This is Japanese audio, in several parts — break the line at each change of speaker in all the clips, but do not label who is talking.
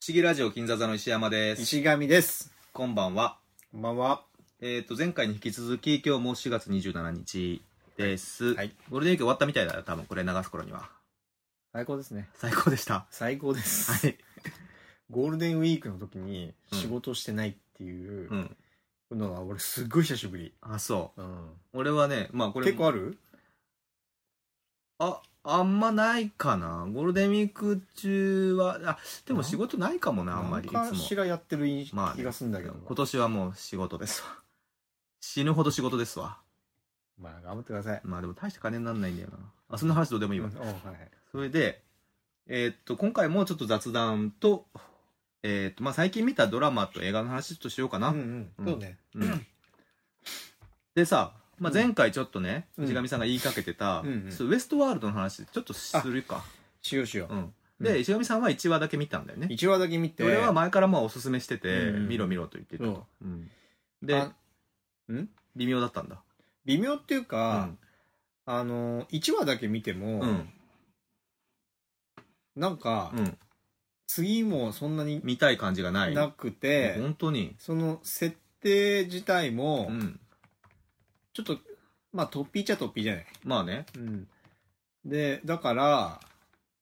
ちぎラジオ金座座の石山です。
石神です。
こんばんは。
こんばんは。
えっ、と、前回に引き続き、今日も4月27日です。
はい
ゴールデンウィーク終わったみたいだよ、多分これ流す頃には。
最高ですね。
最高でした。
最高です。
はい。
ゴールデンウィークの時に
うん
仕事してないっていう
うん。
のは俺すっごい久しぶり。
あ、そうう。俺はね、まあこ
ん。
れ、
結構ある
あ、あんまないかな。ゴールデンウィーク中は、あ、でも仕事ないかもな、あんまり。いつ
何かし
も。
らやってる印
まあね
気がするんだけど。
今年はもう仕事ですわ。死ぬほど仕事ですわ。
まあ頑張ってください。
まあでも大して金にならないんだよな。あ、そんな話どうでもいいわ
うん。おうはいはい
それで、えーっと、今回もちょっと雑談と、えーっと、まあ、最近見たドラマと映画の話ちょっとしようかな。
うんうん。そうね。
うんでさ、まあ、
うん
前回ちょっとね、
うん
藤上さんが言いかけてた、
うんうん
そうウエストワールドの話、ちょっとするか。
しようしよ
う
う。
ん。で、
うん
石上さんは1話だけ見たんだよね。
一話だけ見て。
で俺は前からまあおすすめしてて、
うん
見ろ見ろと言ってたと
そ。
うんで
あ、ん
微妙だったんだ。
微妙っていう
う
か
ん、
あの、一話だけ見て
う
も、
ん。
なんか
う、ん。
次もそんなに
見たい感じがない。
なくて、
本当に。
その設定自体も、
うん。
ちょっと、まあ、突飛っちゃ突飛じゃない。
まあね。
うん。で、だから、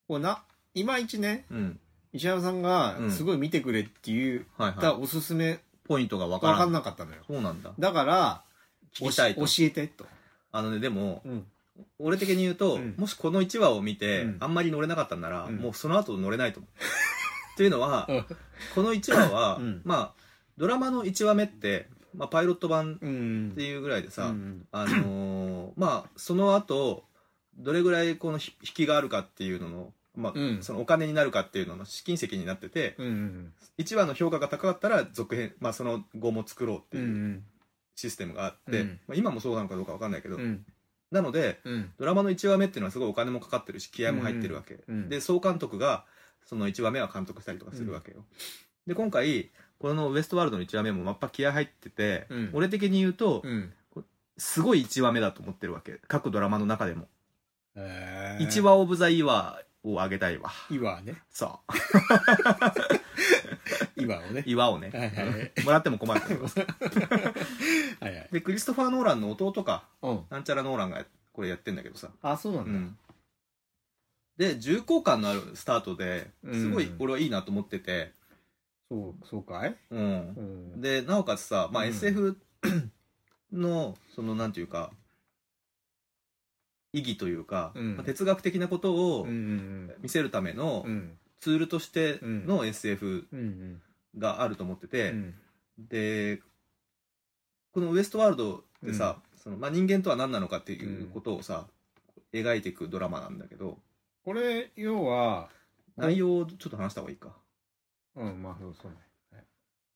こうな、いまいちね、
うん。
石原さんが
うん、
すごい見てくれって言っ
はいは
た
い。
おすすめ、
ポイントがわから
わ
ん。
かんなかったのよ。
そうなんだ。
だから、
聞きたいと
おし教えて、と。
あのね、でも、
うん。
俺的に言うと、
うん
もしこの1話を見て、
うん
あんまり乗れなかったんなら、
うん
もうその後乗れないと思う。っていうのは、
うん
この1話は、
うん
まあ、ドラマの1話目って、まあ、パイロット版
うん。
っていうぐらいでさ、
うん
あのーまあ、その後、どれぐらいこのひ引きがあるかっていうのの、まあ、
うん
そのお金になるかっていうのの試金石になってて、
うん。うん。
1話の評価が高かったら続編、まあ、その後も作ろうって
うん。う。
いうんシステムがあって、
うん
まあ、今もそうなのかどうかわかんないけど、
うん。
なので、
うん。
ドラマの1話目っていうのはすごいお金もかかってるし気合も入ってるわけ、
うん
で総監督がその1話目は監督したりとかするわけよ、で今回このウエストワールドの1話目もやっぱ気合入ってて、
うん
俺的に言うと、
うん。
すごい1話目だと思ってるわけ各ドラマの中でも、
えー
1。話オブザイワーをあげたいわ
岩ね。
さあ。
岩をね
岩をね、
はいはいはい
うんもらっても困ると思います
はいはい。
でクリストファー・ノーランの弟か
うん。
なんちゃらノーランがこれやってんだけどさ
あ、そうな
うん
だ。
んで重厚感のあるスタートで
うん
すごい俺はいいなと思ってて、
そう、そうかい
うん
うん。
でなおかつさ、まあ、
うん
SF のそのなんていうか意義というか、
うん
まあ哲学的なことを
うん。
見せるための
うん。
ツールとしての SF
うん。うん。
があると思ってて、
うん。
でこの「ウエストワールド」ってさ、そのまあ、人間とは何なのかっていうことをさ、描いていくドラマなんだけど
これ、要は、
内容をちょっと話した方がいいか。
うん、まあ、そうそうね。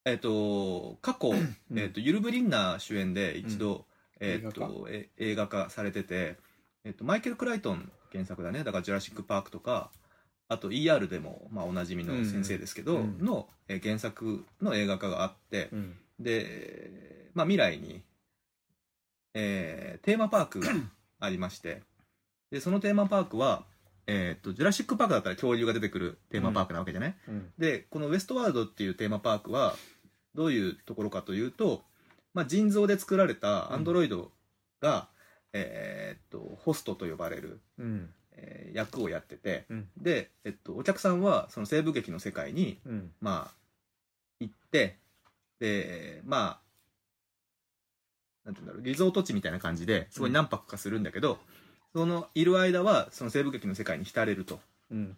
えっ、と過去、
うん
えっとユル・ブリンナー主演で一度、えっ、
映画
とえ映画化されてて、えっとマイケル・クライトン原作だねだから「ジュラシック・パーク」とかあと ER でも、まあ、おなじみの先生ですけど、
うんうん
の、えー原作の映画化があって
うん。
で、まあ、未来に、えーテーマパーク がありましてでそのテーマパークは、えっとジュラシック・パークだったら恐竜が出てくるテーマパークなわけじゃない、
うん。
でこのウエストワールドっていうテーマパークはどういうところかというと、まあ、人造で作られたアンドロイドが、えーっとホストと呼ばれる、
うん。
えー役をやってて、
うん
で、えっと、お客さんはその西部劇の世界に、
うん。
まあ、行ってでまあなんて言うんだろうリゾート地みたいな感じですごい何泊かするんだけど、そのいる間はその西部劇の世界に浸れると。
うん。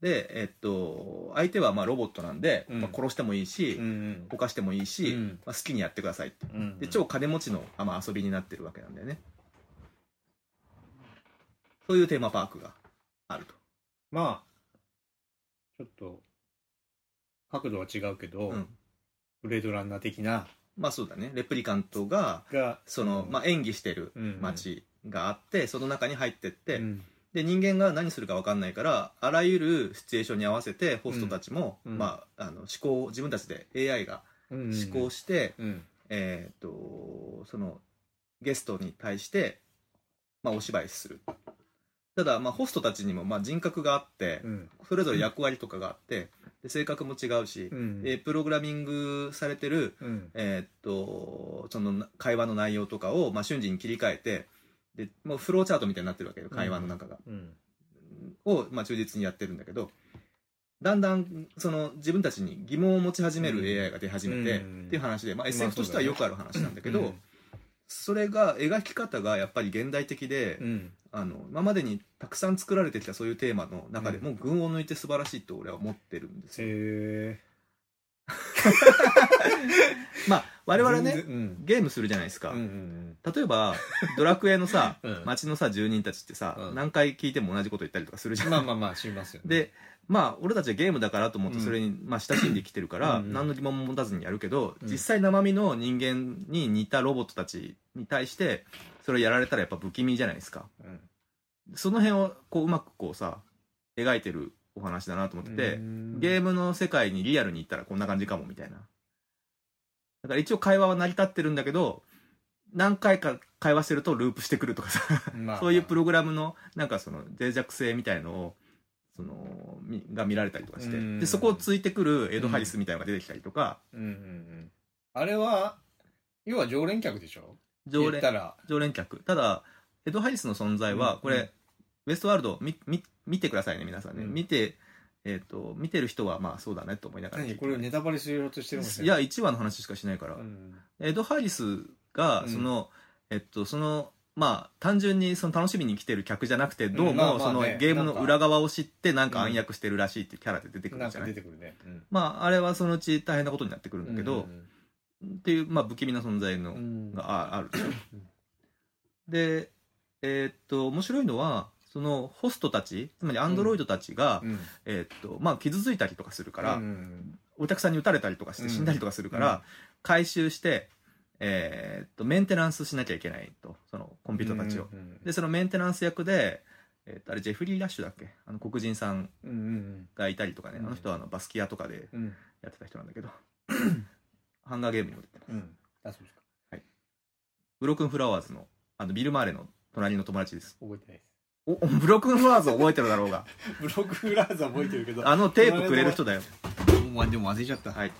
で、えっと、相手はまあロボットなんで、
うん
まあ、殺してもいいし、
うん。
犯してもいいし、
うん
まあ、好きにやってくださいって
うん。
で超金持ちの、あまあ、遊びになってるわけなんだよねそういうテーマパークがあると、
まあ、ちょっと、角度は違うけど、
うん
ブレードランナー的な、
まあそうだねレプリカントが
が、
その、まあ、演技してる
うん
街があってその中に入ってって、
うん。
で人間が何するか分かんないからあらゆるシチュエーションに合わせてホストたちも、
うん
まあ、あの思考を自分たちで AI が
うん。
思考
し、
して、
うん。
えー、とそのゲストに対して、まあ、お芝居するただ、まあ、ホストたちにもまあ人格があって
うん。
それぞれ役割とかがあってで性格も違うし
う、ん
えープログラミングされてる、
うん
えーっとその会話の内容とかを、まあ、瞬時に切り替えてでもうフローチャートみたいになってるわけよ会話の中が、
うん
を、まあ、忠実にやってるんだけどだんだんその自分たちに疑問を持ち始める
うん
AI が出始めて、
うん
っていう話で、まあ、
まあ
SF としてはよくある話なんだけど、
うん
それが描き方がやっぱり現代的で、
うん
あの今までにたくさん作られてきたそういうテーマの中でも群を抜いて素晴らしいと俺は思ってるんですよ、
へえ
まあ我々
全
ね
然うん
ゲームするじゃないですか、
うんうん
例えばドラクエのさ
うん
街のさ住人たちってさ、
うん
何回聞いても同じこと言ったりとかするじゃん、
まあまあまあしますよね
でまあ俺たちはゲームだからと思ってそれに、まあ、親しんできてるから、
うん
何の疑問も持たずにやるけど、
うん
実際生身の人間に似たロボットたちに対してそれをやられたらやっぱ不気味じゃないですか
うん
その辺をこううまくこうさ描いてるお話だなと思ってて、
うん
ゲームの世界にリアルに行ったらこんな感じかもみたいなだから一応会話は成り立ってるんだけど何回か会話してるとループしてくるとかさ
まあ
そういうプログラムのなんかその脆弱性みたいのをそのみが見られたりとかして
うん
でそこをついてくるエド・ハリスみたいのが出てきたりとか、
うんうんうんあれは要は常連客でしょ
常
言っ
連
たら
常連客ただエド・ハリスの存在
う
は
ん
これ、
うん
ウエストワールドみみ見てくださいね皆さんね、
うん
見てえっ、と見てる人はまあそうだねと思いながら聞い
何
て
これネタバレしようとしてるんです
いや1話の話しかしないから、エド・ハリスが
うん
その、えっとそのまあ単純にその楽しみに来てる客じゃなくてどう
まあまあ
も
ね
そのゲームの裏側を知ってなんか
うん
暗躍してるらしいっていうキャラで出てく
な
る
ん
じゃ
か
ない
出てくるねうん
まああれはそのうち大変なことになってくるんだけど、っていうまあ不気味な存在の
うん
がああるでしょ
うん
でえっと面白いのはそのホストたちつまりアンドロイドたちが、
うん
えっとまあ、傷ついたりとかするから、
うん
お客さんに撃たれたりとかし
う
て
ん
死んだりとかするから、
うん
回収して、えーっとメンテナンスしなきゃいけないとそのコンピューターたちを、
うんうん
でそのメンテナンス役で、えーっとあれジェフリー・ラッシュだっけあの黒人さん
うんうん
がいたりとかね、
うん
あの人はあのバスキアとかで
うんうん
やってた人なんだけど ハンガーゲームにも出てます
うんあそうですか
ブロックンフラワーズのあのビル・マーレの隣の友達です
覚えてないで
おおブロックンフラワーズ覚えてるだろうが
すブロックフラーズは覚えてるけ ど
あのテープくれる人だよ
もうでも忘れちゃった
はい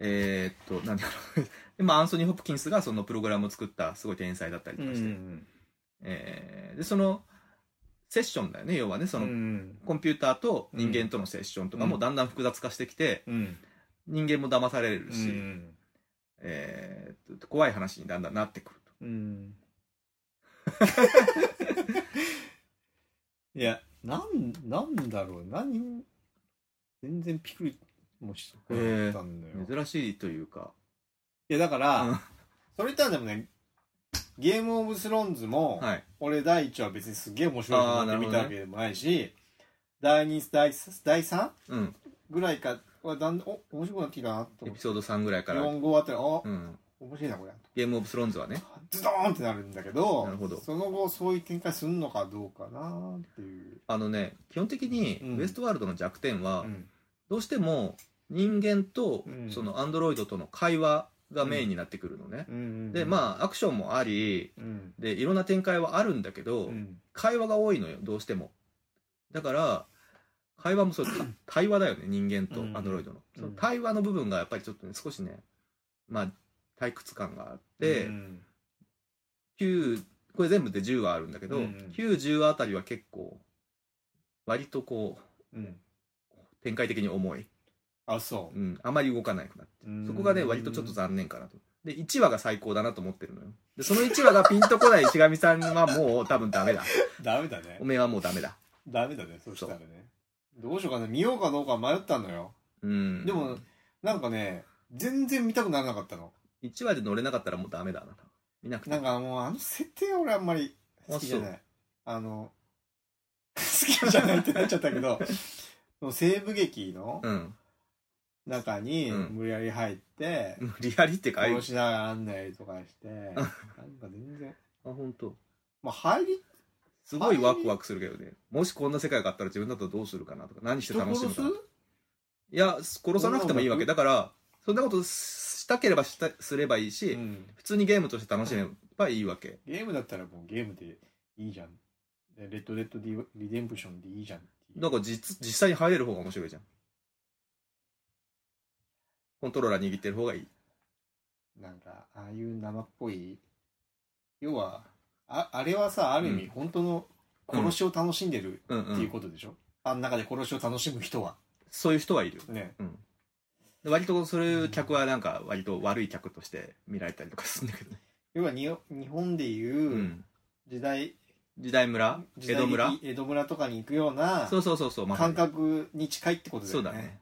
えーっとなんだろうでまあアンソニー・ホプキンスがそのプログラムを作ったすごい天才だったり
う
と
ん
か
う
して、
ん
えーでそのセッションだよね要はねその、
うん
コンピューターと人間とのセッションとか
う
も
ん
だんだん複雑化してきて、
うん
人間も騙される
う
し、
ん
えーっと怖い話にだんだんなってくると
うん。いや、なん、なんだろう、何、全然ピクリもしなかったんだよ。
珍しいというか
いや、だから、
うん
それ言ったらでもね、ゲームオブスローンズも、
はい
俺第1話別にすげえ面白いと
あー
思
なる
って
ほど
見た
ね
わけでもないし、第2、第3第3
うん
ぐらいか、はだんだん、お、面白くなってきたなと
エピ
思って。
ソード3ぐらいから、
4、5あたり、あ、
うん、
面白いな、これ。
ゲームオブスローンズはね
ズドーンってなるんだけど
なるほど
その後そういう展開するのかどうかなっていう、
あのね基本的に
うん
ウエストワールドの弱点は、
うん
どうしても人間と
うん
そのアンドロイドとの会話がメインになってくるのね、
うん
でまあアクションもあり
あ、うん
でいろんな展開はあるんだけど、
うん
会話が多いのよどうしてもだから会話も そう対話だよね人間と
うん
アンドロイドの,、
うん
その対話の部分がやっぱりちょっとね少しねまあ退屈感があって、
うん
9これ全部で10話あるんだけど、
うんうん
910話あたりは結構割とこう
うん
展開的に重い、
あそうう、
ん、あまり動かなくなって
うん
そこがね割とちょっと残念かなとで1話が最高だなと思ってるのよでその1話がピンとこない石神さんはもう多分ダメだ
ダメだね
おめえはもうダメだ
ダメだねそしたらねどうしようかな見ようかどうか迷ったのよ
うん
でもなんかね全然見たくならなかったの
1話で乗れなかったらもうダメだな見なくて
なんかもうあの設定俺あんまり好きじゃないあの好きじゃないってなっちゃったけ どその西部劇の
うん
中に
うん
無理やり入って、
無理やりってかああいう
殺しながら案内と かして、なんか全然、
あ本当
まあ、入り、
すごいワクワクするけどねもしこんな世界があったら自分だったらどうするかなとか何して
人
楽しむか
殺す
ないや殺さなくてもいいわけだからそんなことしたければしたすればいいし、
うん
普通にゲームとして楽しめばいいわけ
ゲームだったらもうゲームでいいじゃん。でレッド・レッド・リデンプションでいいじゃんっていう
なんか実実際に入れる方が面白いじゃんコントローラー握ってる方がいい。
なんか、ああいう生っぽい、要は、ああれはさ、ある意味、
うん
本当の殺しを楽しんでる
うんう。
っていうんことでしょ、あん中で殺しを楽しむ人は。
そういう人はいるよ。
ね。
うん。で割とそういう客はなんか割と悪い客として見られたりとかするんだけどね。
要はに、日本で
う。
いうん時代、
時代村
時
江
代
戸村
劇江戸村とかに行くような
そうそうそうそう、まさ
感
に
覚に近いってことだ
そ
よ
う
ね。
だね。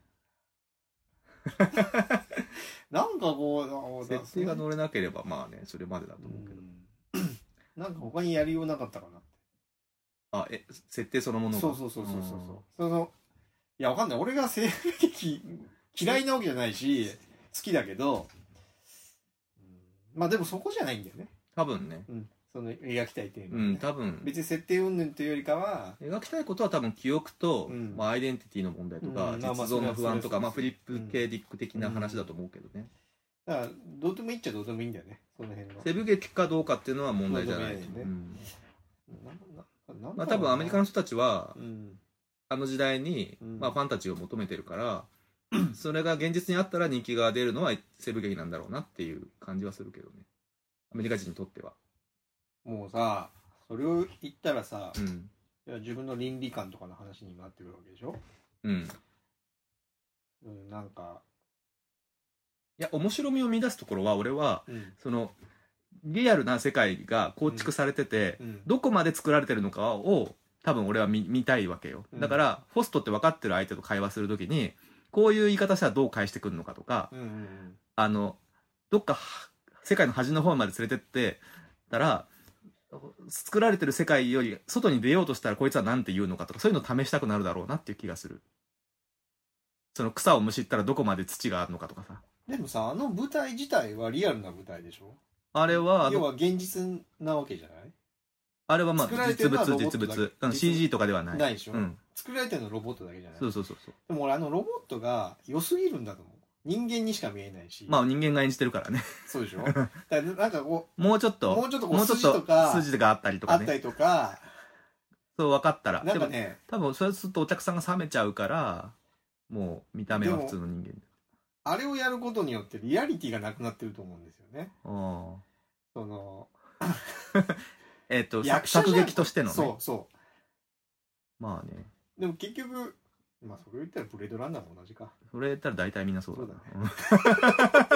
なんかこう、あ
設定が乗れなければまあね、それまでだと思うけど。
うんなんか他にやりようなかったかな。
あ、え、設定そのものが。
そうそうそうそうそうそう。そのいやわかんない俺が西部劇嫌いなわけじゃないし好きだけど、うんまあでもそこじゃないんだよね、
多分ね。
うん、その描きたいテー
う
マはね、
ん、多分。
別に設定云々というよりかは
描きたいことは多分記憶と、
うん
まあ、アイデンティティの問題とか、
うんまあま
実
あ
像の不安とか、
それ
まあ、
は
フ
そう
リ
です
ップ系ディック的な話だと思うけどね、
だからどうでもいいっちゃどうでもいいんだよねその辺は
セブ劇かどうかっていうのは問題じゃない、
問題ないよね
うん
なななんだろうな
まあ、多分アメリカの人たちは、
うん
あの時代に、
うん
まあ、ファンタジーを求めてるから、 それが現実にあったら人気が出るのはセブ劇なんだろうなっていう感じはするけどねアメリカ人にとっては、
もうさそれを言ったらさ
う、ん
いや自分の倫理観とかの話にもなってくるわけでしょ、
うん、い
うん、なんか、
や面白みを見出すところは俺は
うん
そのリアルな世界が構築されてて、
うん
どこまで作られてるのかを多分俺は見見たいわけよ
うん
だから、ホストって分かってる相手と会話するときにこういう言い方したらどう返してくるのかとか
うんうん
あのどっかは世界の端の方まで連れてってたら作られてる世界より外に出ようとしたらこいつは何て言うのかとかそういうの試したくなるだろうなっていう気がするその草をむしったらどこまで土があるのかとかさ
でもさあの舞台自体はリアルな舞台でしょ
あれはあ
要
の
は現実なわけじゃない
あれはまあ
作られて
実
るのは
物
ロボ
実
ットだけ
物あの
実物
CG とかではない
ないでしょ
うん、
作られてるのロボットだけじゃない
そうそうそうそう
でも俺あのロボットが良すぎるんだと思う人間にしか見えないし、
まあ人間が演じてるからね
そう でしょだからなんかこ
もうちょっ
う
と、
もうちょっとこ
も
う
うちょっ
筋とか
と筋があったりと
あ
か
った
ね。
りとか
そう分かったら。
なんか
でも
ね
多分それするとお客さんが冷めちゃうから、もう見た目は普通の人間。
あれをやることによってリアリティがなくなってると思うんですよね
ああ
その
えっ、と、作
役者じゃん
作劇としてのね。
そうそ
まあね。
うでも結局まあそれを言ったらブレードランナーも同じか
それ言ったら大体みんなそうだな。
そう
うん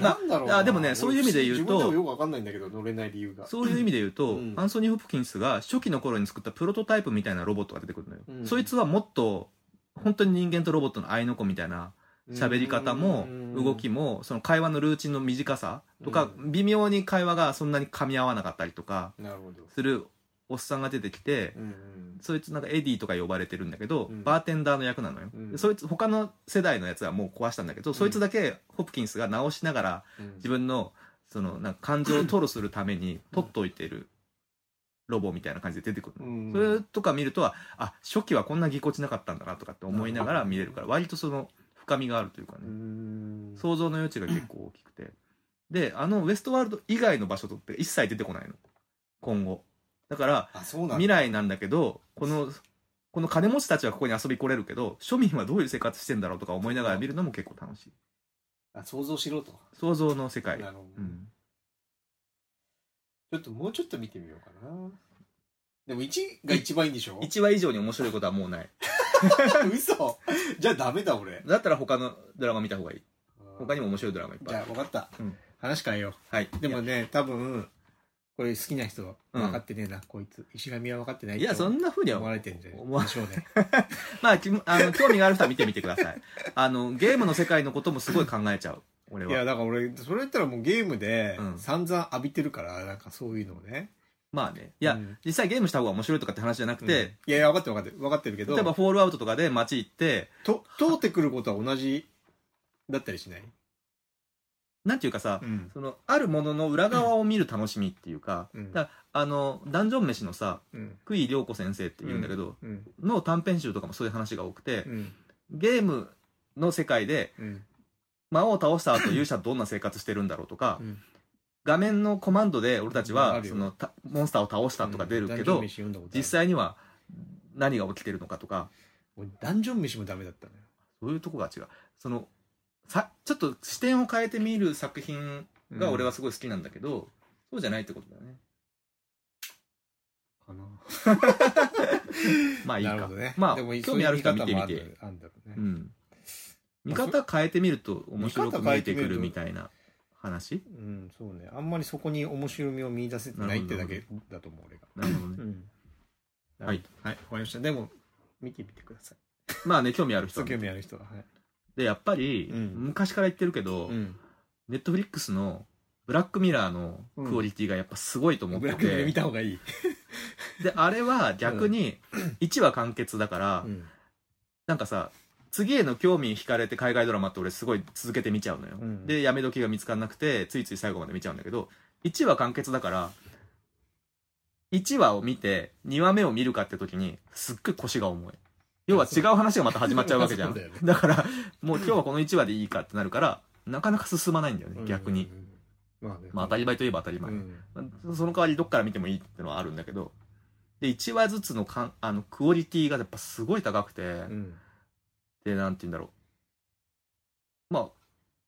な
なんだろうな
あでもねそういう意味で言うと
俺自分でもよくわかんないんだけど乗れない理由が
そういう意味で言うと、
うん
アンソニー・ホプキンスが初期の頃に作ったプロトタイプみたいなロボットが出てくるのよ。
うん
そいつはもっと、本当に人間とロボットの愛の子みたいな喋り方も動き
も
もその会話のルーチンの短さとか
う
微妙に会話がそんなに噛み合わなかったりとか
なるほど
するおっさんが出てきて
うんうん
そいつなんかエディとか呼ばれてるんだけど
うん
バーテンダーの役なのよ
うん
でそいつ他の世代のやつはもう壊したんだけどそいつだけホプキンスが直しながら
うん
自分のそのなんか感情を吐露するために取っといてるロボみたいな感じで出てくるの
うん
それとか見るとはあ初期はこんなぎこちなかったんだなとかって思いながら見れるから割とその深みがあるというかね
うん
想像の余地が結構大きくてであのウエストワールド以外の場所とって一切出てこないの今後だから
あそうなんだ
未来なんだけどこのこの金持ちたちはここに遊び来れるけど庶民はどういう生活してんだろうとか思いながら見るのも結構楽しい
あ想像しろと、
想像の世界
なるほど、
うん
ちょっともうちょっと見てみようかなでも1が一番いいんでしょ
1話以上に面白いことはもうない
嘘じゃあダメだ俺
だったら他のドラマ見た方がいい他にも面白いドラマいっ
じ
ぱい
ゃあ分かった、
うん
話変えよ
はい、
うでもね多分これ好きな人は
うん
分かってねえな、こいつ石神は分かってない
いやそんなふうには
思われてんじゃ
思わ
んでしょうね
まあきあの興味がある人は見てみてください あのゲームの世界のこともすごい考えちゃう俺
いや
は
だから俺それ言ったらもうゲームで
うん
散々浴びてるから、なんかそういうのをね
まあねいや、
うん
実際ゲームした方が面白いとかって話じゃなくて、
いやいや分かってる分かってる分かってるけど
例えば「フォールアウト」とかで街行って
と通ってくることは同じだったりしない、
なんていうかさ、
うん
そのあるものの裏側を見る楽しみっていうか、
うん
だあのダンジョン飯のさ
うん
久井涼子先生っていうんだけど、
うん
の短編集とかもそういう話が多くて、
うん
ゲームの世界で
うん
魔王を倒した後勇者どんな生活してるんだろうとか、
うん
画面のコマンドで俺たち
うんあ
は
るよ
そのたモンスターを倒したとか出るけど、
ダンジョン飯読んだことある
実際には何が起きてるのかとか
俺ダンジョン飯もダメだったのよ
そういうとこが違うそのさちょっと視点を変えて見る作品が俺は
か
すごい好きなんだけど、そうじゃないってことだね
な。
まあいいか
なるほどね。
まあ
でも
興味ある人は見てみて。
そういう見方もあるんだろうね
うん見方変えてみると面白く見えてくる
見
み
方
たいな話
うん、そうね。あんまりそこに面白みを見出せてないってだけだと思う、俺が。
なるほどね
うん。
は
はいい。はい、わかりました。でも、見てみてください。
まあね興味ある人
そう、
はね
興味ある人は。はい。
でやっぱり、
うん
昔から言ってるけど、
ん。
ネットフリックスのブラックミラーのクオリティがやっぱすごいと思っ
ブ
て
ラッ
て、
クで見た方がいい。
であれは逆に1話完結だから、
ん。
なんかさ次への興味惹かれて海外ドラマって俺すごい続けて見ちゃうのよ、
うん
でやめ時が見つからなくてついつい最後まで見ちゃうんだけど1話完結だから1話を見て2話目を見るかって時にすっごい腰が重い要は違う話がまた始まっちゃうわけじゃん
そう
だ,、
だよね
からもう今日はこの1話でいいかってなるからなかなか進まないんだよね逆に、
うん。まあね。
まあ当たり前といえば当たり前、まあその代わりどっから見てもいいってのはあるんだけどで1話ずつのかんあのクオリティがやっぱすごい高くて、
うんうん。
で、なんて言うんだろう。まあ、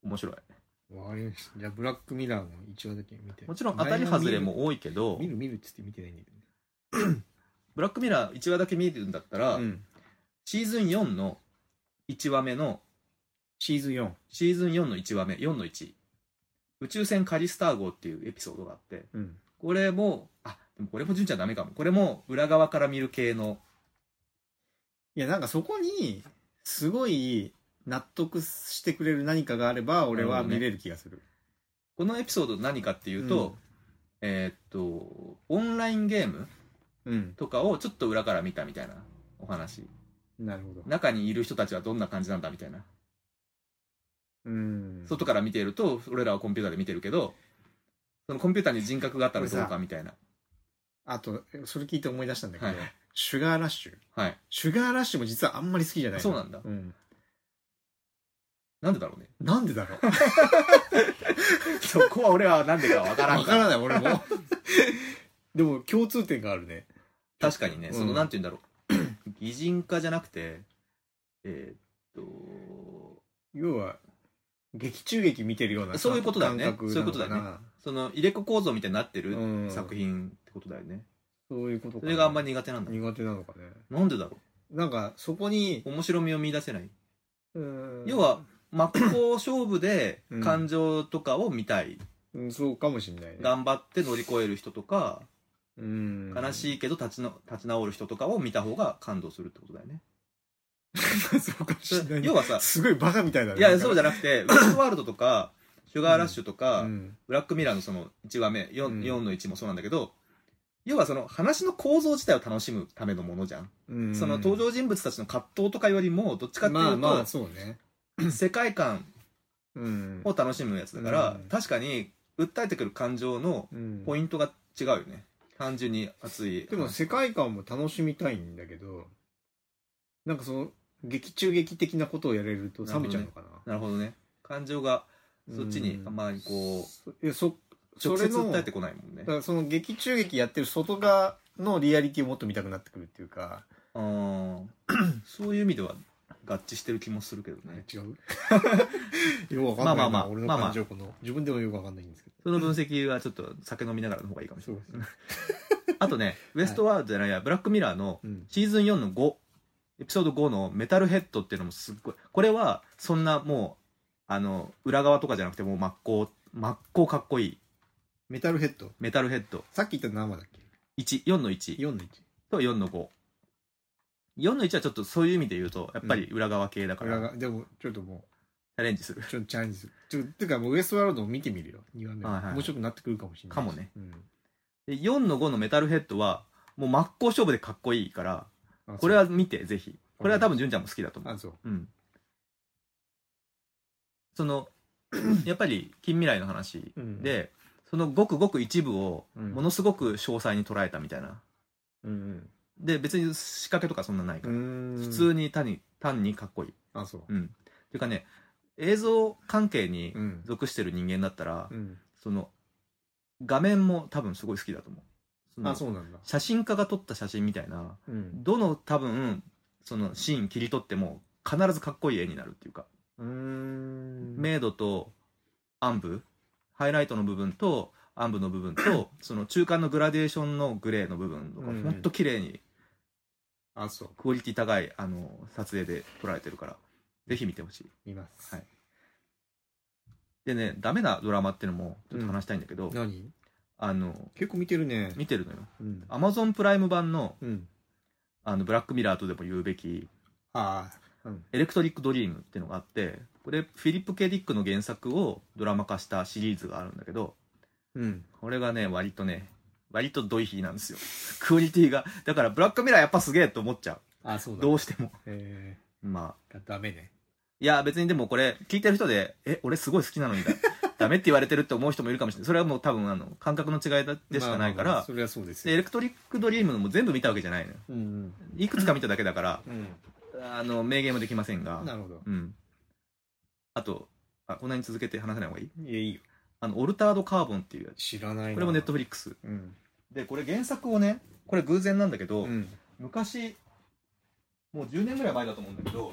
面白い。
わかりました。じゃあ、ブラックミラーも一話だけ見て。
もちろん当たり外れも多いけど
見、る。見る見るっつって見てないんだけどね。
ブラックミラー1話だけ見るんだったら、
ん。
シーズン4の1話目の、
シーズン4。
シーズン4の1話目、4の1。宇宙船カリスター号っていうエピソードがあって、
うん。
これも、あ、でもこれも純ちゃんダメかも。これも裏側から見る系の、
いや、なんかそこに、すごい納得してくれる何かがあれば、俺は見れる気がする。
このエピソード何かっていうと、
うん
えーっと、オンラインゲーム
うん。
とかをちょっと裏から見たみたいなお話。
なるほど。
中にいる人たちはどんな感じなんだみたいな。
うん。
外から見ていると俺らはコンピューターで見てるけどそのコンピューターに人格があったらどう
これ
か
さ
みたいな
あと、それ聞いて思い出したんだけど、
はい
シュガーラッシュ。
はい
シュガーラッシュも実はあんまり好きじゃないの
そうなんだ
うん。
なんでだろうね
なんでだろう
そこは俺はなんでかわからん
わからない、俺も。 でも、共通点があるね。
確かにねその
うん
なんて言うんだろう 擬人化じゃなくてえーっと
要は、劇中劇見てるような
そういうことだよね
感覚なのかな
そういうことだその入れ子構造みたいになってる
うん
作品ってことだよね
そういうことか
そ
な
れがあんまり苦手なんだ
苦手なのかね。
なんでだろ
なんか、そこに、
う面白みを見出せない
うん
要は、真っ向勝負で
うん
感情とかを見たい
うんそうかもしれないね。
頑張って乗り越える人とか
うん。
悲し
い。
いけど立ちの立ち直る人とかを見た方が感動するってことだよ ね。
そうかもしれないね。
要は さ、
すごいバカみたいだね。
いや、そうじ
ゃ
ゃなく て、ウエストワールドとか、シュガーラッシュとか、
うん。
ブラックミラーのその1話目4、
うん
4の1もそうなんだけど、要はその話の構造自体を楽しむためのものじゃん。
うん
その登場人物たちの葛藤とかよりも、どっちかっていう
ま
と、
あまあ、そうね。
世界観
うん。
を楽しむやつだから、
うん
確かに訴えてくる感情の
うん
ポイントが違うよね。単純に熱い。
でも世界観も楽しみたいんだけど、なんかその、劇中劇的なことをやれると冷めちゃうのかな。
なるほどね。感情がそっちにあんまりこう、
う。いや、そ、そ
直接
れの、
訴え
だ
て
か
こないもんね。
らその劇中劇やってる外側のリアリティをもっと見たくなってくるっていうか、
あー そういう意味では合致してる気もするけどね。
違う よくわかん
まあ
ないな。
まあまあ
俺の感情この、自分でもよくわかんないんですけど。
その分析はちょっと酒飲みながらの方がいいかもしれ
そうですね。
ない。 あとね、ウエストワールドじゃないや、ブラックミラーの
うん。
シーズン4の5、エピソード5のメタルヘッドっていうのもすっごい、これはそんなもう、あの、裏側とかじゃなくてもう真っ向、真っ向かっこいい。
メタルヘッド。
メタルヘッド。
さっき言った生だっけ
1、4の1
?4 の1。
と4の5。4の1はちょっとそういう意味で言うと、やっぱり裏側系だか
裏
ら、チ
が、でも、ちょっとも
ャレンジする
う、。ちょっとチャレンジする。ちょっと、てかもうウエストワールドを見てみるよ。2話目。
はいはい
面白くなってくるかもしれないし。
かもね
うん。
で4の5のメタルヘッドは、もう真っ向勝負でかっこいいから、
あ
これは見て、ぜひ。これは多分、純ちゃんも好きだと思
あ、
う。
そう。
うん。その、 やっぱり、近未来の話
うん
で、そのごくごく一部を、
うん
ものすごく詳細に捉えたみたいな。
うん。
で、別に仕掛けとかそんなないから。
普
普通に単に、単にかっこいい。
あ、そう。
うん。っていうかね、映像関係に
うん。
属してる人間だったら
う、ん。
その、画面も多分すごい好きだと思う。その
あ、そうなんだ。
写真家が撮った写真みたいな、
うん。
どの多分そのシーン切り取っても必ずかっこいい絵になるっていうか
うーん
メイドと暗部ハイライトの部分と暗部の部分とその中間のグラデーションのグレーの部分とか、
うん
ほんと綺麗に
あそう
クオリティ高いあの撮影で撮られてるからぜひ見てほしい
見ます、
はいでねダメなドラマっていうのもちょっと話したいんだけど、
何
あの
結構見てるね
見てるのよ
うん
アマゾンプライム版の
うん
あのブラックミラーとでも言うべき
ああ
エレクトリック・ドリームっていうのがあってこれフィリップ・ケディックの原作をドラマ化したシリーズがあるんだけど
うん
これがね割とね割とドイヒーなんですよ クオリティがだからブラックミラーやっぱすげえと思っちゃう
あそうだ
どうしても
え
まあ
ー、ダメね
いや別にでもこれ聞いてる人でえ俺すごい好きなのにだダメって言われてるって思う人もいるかもしれないそれはもう多分あの感覚の違いだでしかないか
まあまあまあ
ら
それはそうです
でエ
よ
レクトリック・ドリームも全部見たわけじゃないのよ
うん
いくつか見ただけだから
うん
あの明言もできませんが
うんなるほど
うん。あと、あこんなに続けて話さない方がいい
いやいいよ
あの、オルタードカーボンっていうやつ。
知らないな
これもネットフリックス。
うん
で、これ原作をね、これ偶然なんだけど、
うん
昔、もう10年ぐらい前だと思うんだけど、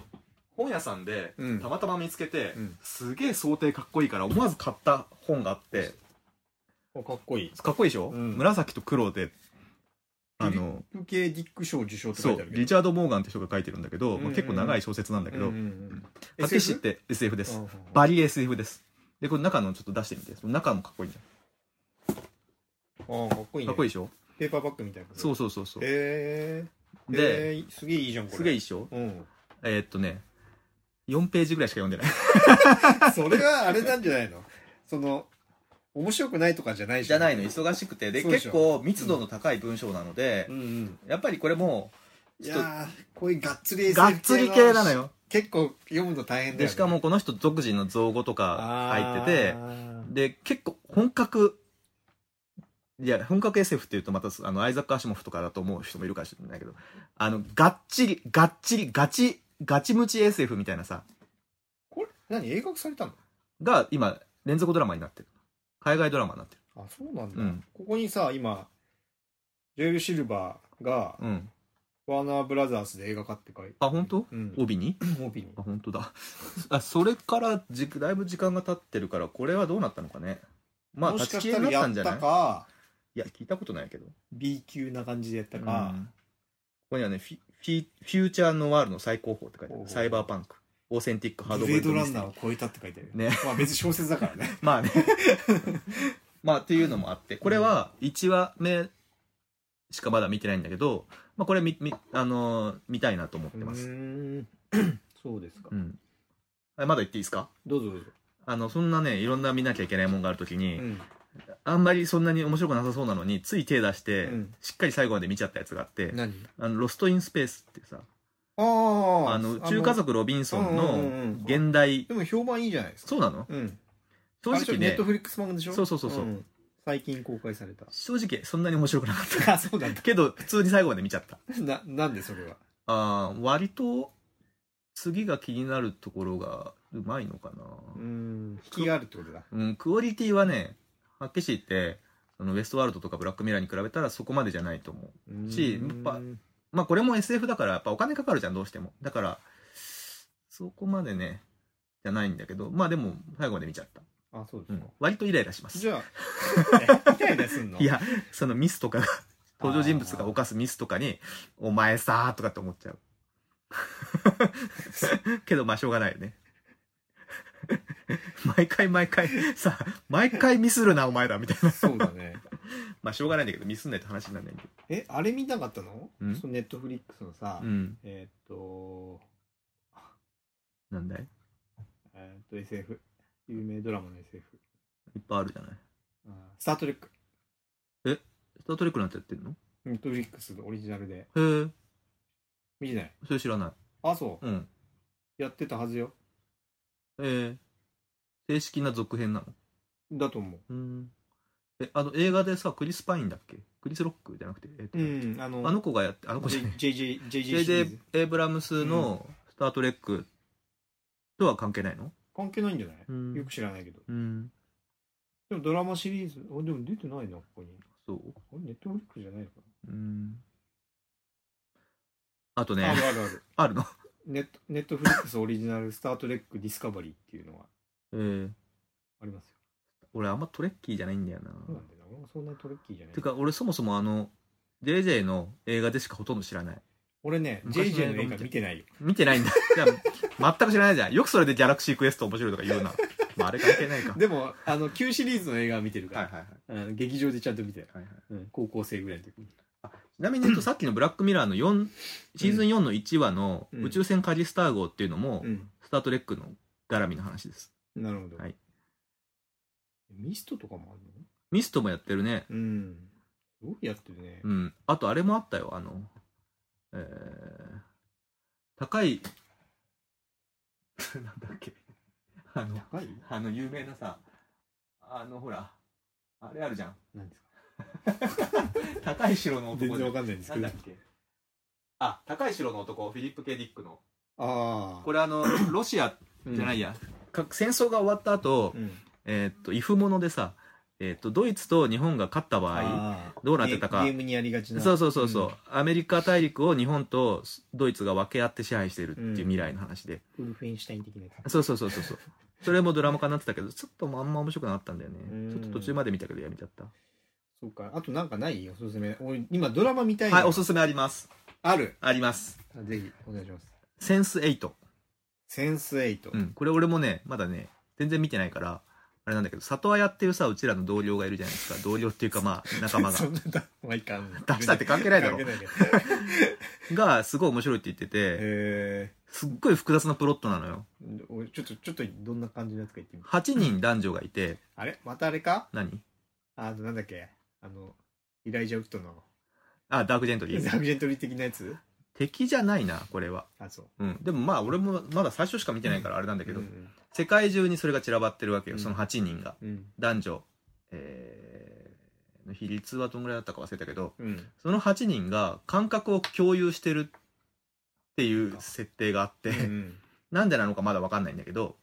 本屋さんで
うん
たまたま見つけて、
うん
すげえ想定かっこいいから思わず買った本があって、
おかっこいい
かっこいいでしょ、
うん
紫と黒で、あの、
フィリップ系ディック賞受賞って
そ
書いてあ
う
る、けど
リチャード・モーガンって人が書いてるんだけど、
うんうん
まあ、結構長い小説なんだけど、
うんうんうん
パティシ
SF？
って SF です。
うん
バリ SF です。で、これ中のちょっと出してみて。その中もかっこいいじ
うんあーかっこ
ゃん。
いいね
かっこいいでしょ
ペーパーバッグみたいな
そううそうそうそう。
へえー、
で、
えーすげえいいじゃんこれ
すげえいいっしょ
うん
えーっとね、4ページぐらいしか読んでない。
それはあれなんじゃないの その面白くないとかじゃない
じゃないの、忙しくて。で、
そうでし
結
ょ
構密度の高い文章なので
う、んうん
やっぱりこれも
いやーこういうがっつり
う、
SF
がっつり系なのよ。
結構読むの大変だよ、ね、
で、しかもこの人独自の造語とか入ってて、で、結構本格、いや、本格 SF っていうとまた、あの、アイザック・アシモフとかだと思う人もいるかもしれないけど、あの、がっちり、がっちり、ガチ、ガチムチ SF みたいなさ、
これ何映画化されたの
が今、連続ドラマになってる。海外ドラマになってる。
あそうなんだ、
うん
ここにさ今ジェイル・シルバーが
うん。
ワーナーブラザーズで映画化って書いて
あ、本当？
うん
帯に
帯に
あ本当だあそれからじだいぶ時間が経ってるからこれはどうなったのかねまあ
も
立
し
ち
かし
消え
た
になったん
らやっ
じゃない
たか
いや聞いたことないけど
B 級な感じでやった
う
か、
んここにはねフィフィフューチャーノワールの最高峰って書いてあ
お
る
う
サイバーパンクオーセンティックハード
ブ
ボ
レ
イ
ード
ルド
ラ
ミス
ン
テ
ナ
リ
ーを超えたって書いてある
ね
まあ別に小説だからね
まあねまあっていうのもあってこれは1話目しかまだ見てないんだけど、まあ、これみみ、あのー見たいなと思ってます、
んそうですか
うんあまだ言っていいですか
どうぞどうぞ、
あのそんなねいろんな見なきゃいけないもんがあるときに、
うん
あんまりそんなに面白くなさそうなのについ手出して、
うん
しっかり最後まで見ちゃったやつがあって
何
「あのロスト・イン・スペース」ってさ
ああ
あの宇宙家族ロビンソン
うんうんうん
の現代
でも評判いいじゃないですか
そうなの
うん
正
あれち
直
ょっとネ
ね
ットフリックス版でしょ
そうそうそうそうん
最近公開さ れた
正直そんなに面白くなかっ
あそうなんだ
たけど普通に最後まで見ちゃった
ななんでそれは
あー割と次が気になるところがうまいのかな
うん引きがあるってことだ
うんクオリティはねはっきり言ってそのウエストワールドとかブラックミラーに比べたらそこまでじゃないと思うし
うん
やっぱまあこれも SF だからやっぱお金かかるじゃんどうしてもだからそこまでねじゃないんだけどまあでも最後まで見ちゃった、
あそうで
う
すか
ん、割とイライラします
じゃあイライラすんの
いやそのミスと かが登場人物が犯すミスとかに「お前さ」とかって思っちゃう けどまあしょうがないよね 毎回毎回さ毎回ミスるなお前らみたいな
そうだね
まあしょうがないんだけどミスんないって話にならないんだけ
えあれ見なかったの
うん
そのネットフリックスのさ
どうん
えーっと
なんだい
えーっと SF 有名ドラマの SF
いっぱいあるじゃない
あスタートレック
スタートレックなんてやってんの
ネットフリックスのオリジナルで
へえ
見てない
それ知らない
あそう
うん
やってたはずよ
えー、正式な続編なの
だと思
うんえあの映画でさクリス・パインだっけクリス・ロックじゃなくて、えっと
ううんあの
あの子がやってあの子じゃない
JJ JJ シリー
JJ
ズ
エイブラムスの「スター・トレック」とは関係ないの
関係ないんじゃない
うん
よく知らないけど
うん
でもドラマシリーズあでも出てないなここに
そう
あれネットフリックスじゃないのか
うんあと
なあ
ね
るあるある
あるの
ネットネットフリックスオリジナル「スター・トレック・ディスカバリー」っていうのが
えー、
ありますよ。
俺あんまトレッキーじゃないんだよな、
そうなんだよな俺もそんなにトレッキーじゃない。
てか俺そもそもあの JJ の映画でしかほとんど知らない
俺ね、
昔の
JJ の
映
映
画
画
見
見
て
てないよ。
見てないんだ じゃあ全く知らないじゃんよくそれでギャラクシークエスト面白いとか言うな、まあ、あれ関係 ないか
でも、あの、旧シリーズの映画は見てるか
はい
ら
はい、はい
あの劇場でちゃんと見てる。
はいはい
うん、高校生ぐらいの時に。
ちなみに言うとさっきの「ブラックミラー」の4シーズン4の1話の「
うん
宇宙船カジスター号」っていうのも
うん。
「スター・トレック」の絡みの話です
なるほど。
はい
ミストとかもあるの
ミストもやってるね
うん。すごいやってるね。
うんあとあれもあったよあのえー、高い なんだっけあの
高い
あの有名なさあのほらあれあるじゃん
なんですか
高い城の
全
男
然わ
で
かんないんです
な
け
んだ
ど
っ。けあ高い城の男フィリップ・ケディックの
ああ。
こ
れ
れあ のロシアじゃない
や。
や、か戦争が終わった後、
うん。
えーっとイフものでさ、えーっとドイツと日本が勝った場合
あー
どうなってたか
ゲゲームにやりがちな。
そうそうそうそう、
ん
アメリカ大陸を日本とドイツが分け合って支配してるっていう未来の話で、
ウルフェンシュタイン的なやつ。
そうそうそうそうそうそれもドラマ化になってたけどちょっとあんま面白くなかったんだよね
うん
ちょっと途中まで見たけどやめちゃった
そうか。あとなんかないおすすめ。俺、今ドラマ見たいの
はいおすすめあります
ある。
あります
あぜひ、お願いします。
センス8、
センスエイト
うん、これ俺もねまだね全然見てないからあれなんだけど里綾っていうさうちらの同僚がいるじゃないですか同僚っていうかまあ仲間が
そんなだ、まあいかん。
出したって関係ないだろ
関係ないけど
がすごい面白いって言ってて
へ
すっごい複雑なプロットなのよ
え。俺ちょっと、ちょっと、どんな感じのやつか言ってみて。
8人男女がいて
あれまたあれか
何
あの、なんだっけあの、イライジャウッドの、
あダークジェント
ザ
リー
ージェントリー的なやつ
敵じゃないなこれは
あ、そ
う
う。
んでもまあ俺もまだ最初しか見てないからあれなんだけど、
うん
世界中にそれが散らばってるわけよその
うん
8人が
うん。
男女えーの比率はどんぐらいだったか忘れたけど
うん。
その8人が感覚を共有してるっていう設定があって、
うんうん
なんでなのかまだわかんないんだけど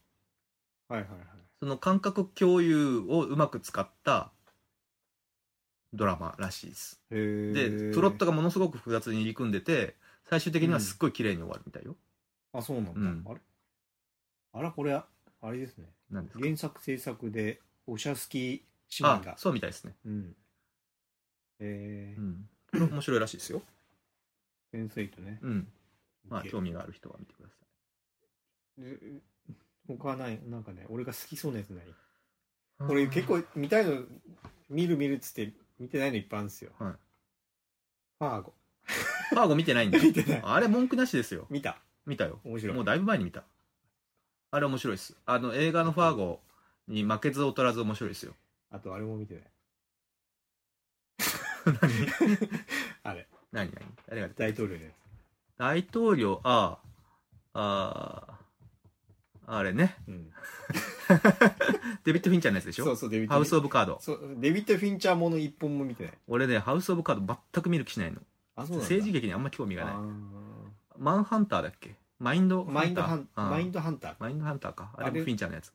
はいはいはい。
その感覚共有をうまく使ったドラマらしいです
へー
でプロットがものすごく複雑に入り組んでて最終的にはすっごい綺麗に終わるみたいよ、
あ、そうなんだ。
うん
あれあら、これ、あれですね。
なんですか
原作制作で、おしゃすき姉妹
あ
が。
そうみたいですね、
うん。え
う
ー、
ん、これ面白いらしいですよ
センスエイトね。
うんまあ
オッケー
興味がある人は見てくださ
え他はないなんかね俺が好きそうなやつない
い
俺結構見たいの見る見るっつって見てないのいっぱいあるんですよ
はい
ファーゴ
ファーゴ見てないんだ
見てない
あれ文句なしですよ
見た
見たよ
面白い
もうだいぶ前に見たあれ面白いですあの映画のファーゴに負けず劣らず面白いですよ
あとあれも見てないあれ
何何誰が出てる
大統領のや
大統領あああああれね
つ、うん、
デビッド・フィンチャーのやつでし
そ
ょ
うそうデビッド
ハウス・オブ・カード
そうデビッド・フィンチャーもの一本も見てない
俺ねハウス・オブ・カード全く見る気しないの
あそうなんだ
政治劇にあんま興味がない
あー
マンハンターだっけマインド
マインドハ
ハ
ン
ター
マイン
あ
ドハンター
あマインドハンターかあれ
あれ
もフィンチャーのやつ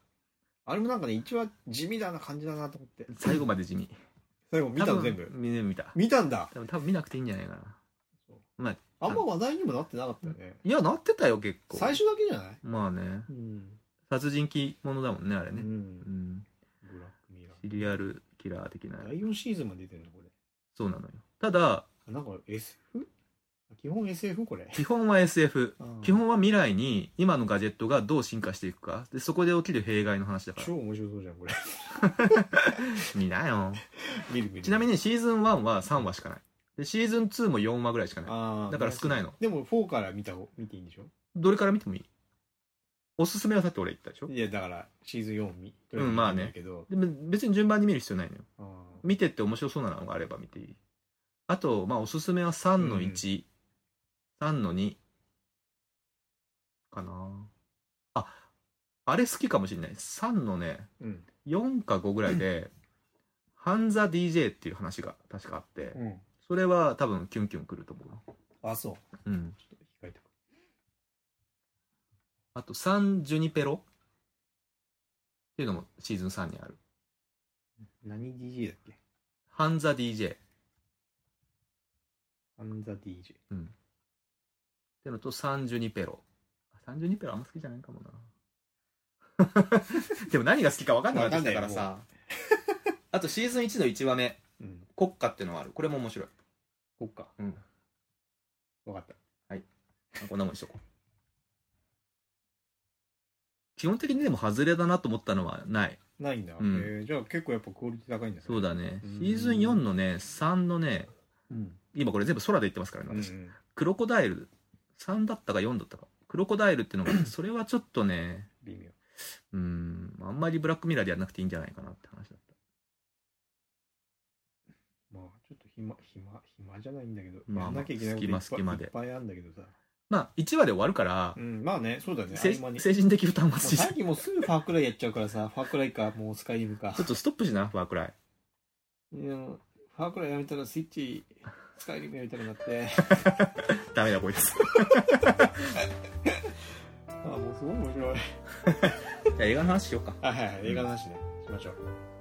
あれもなんかね一応地味だな感じだなと思 って
最後まで地味
最後見た
多
の
分
全部
見見た
見たんだ
多分多分見なくていいんじゃないかな
あんま話題にもなってなかったよね
いやなってたよ結構
最初だけじゃない
まあね
うん
殺人鬼ものだもんねあれ
う
ね
ん
うん
ブラックミラ
シリアルキラー的な
ー。第4シーズンまで出てるのこれ。
そうなのよただ
あなんか SF? 基本 SF これ。
基本は SF 基本は未来に今のガジェットがどう進化していくかでそこで起きる弊害の話だから
超面白そうじゃんこれ。
見なよ
見る見る。
ちなみ
に。
にシーズン1は3話しかないでシーズン2も4話ぐらいしかない
あー
だから少ないの
でも4から見た方見ていいんでしょ
どれから見てもいいおすすめはさっき俺言ったでしょ
いやだからシーズン4見。
うんまあね
だけど。
でも別に順番に見る必要ないのよ
あー
見てって面白そうなのがあれば見ていいあとまあおすすめは3の13、の2かなああれ好きかもしれない3のね
うん。
4か5ぐらいで「ハンザ DJ」っていう話が確かあって
うん。
それは多分キュンキュンくると思う
あそ
う
う。
ん
ちょっと控えて
あと3ジュニペロっていうのもシーズン3にある
何 DJ だっけ
「ハンザ DJ」っ
アンザ DJ。
ていうのと「3ジュニペロ」 32ペラあんま好きじゃないかもな でも何が好きか分かんなくなってきたから
分かんない
さあとシーズン1の1話目
うん。
国歌ってのがあるこれも面白い、
こっか。
うん、
わかった。
こんなもんにしとこう基本的にでも外れだなと思ったのはない
ないんだ。
うん
えーじゃあ結構やっぱクオリティ高いんだね
そう。だね
うん
シーズン4のね3のね
うん。
今これ全部空で言ってますからね私、
うん
クロコダイル3だったか4だったかクロコダイルってのが それはちょっとね
微妙。
うんあんまりブラックミラーでやらなくていいんじゃないかなって話だった
まあちょっと暇、暇、暇じゃないんだけど。
まあ
やんなきゃいけないこといっぱい
隙間隙間で
いっぱいあるんだけどさ。
まあ1話で終わるから
う、ん、まあね、そうだね。
せ
合間に。
精神的負担は
もう
し
最近もうすぐファークライやっちゃうからさ、ファークライか、もうスカイリムか
ちょ。っとストップしなファークライ
うんファークライやめたらスイッチ、スカイリムやりたくなって。
ダメだ こいつ
あ、もうすごい面白い。
じゃあ映画の話しようか
はいはいはい、映画の話ね。しましょう。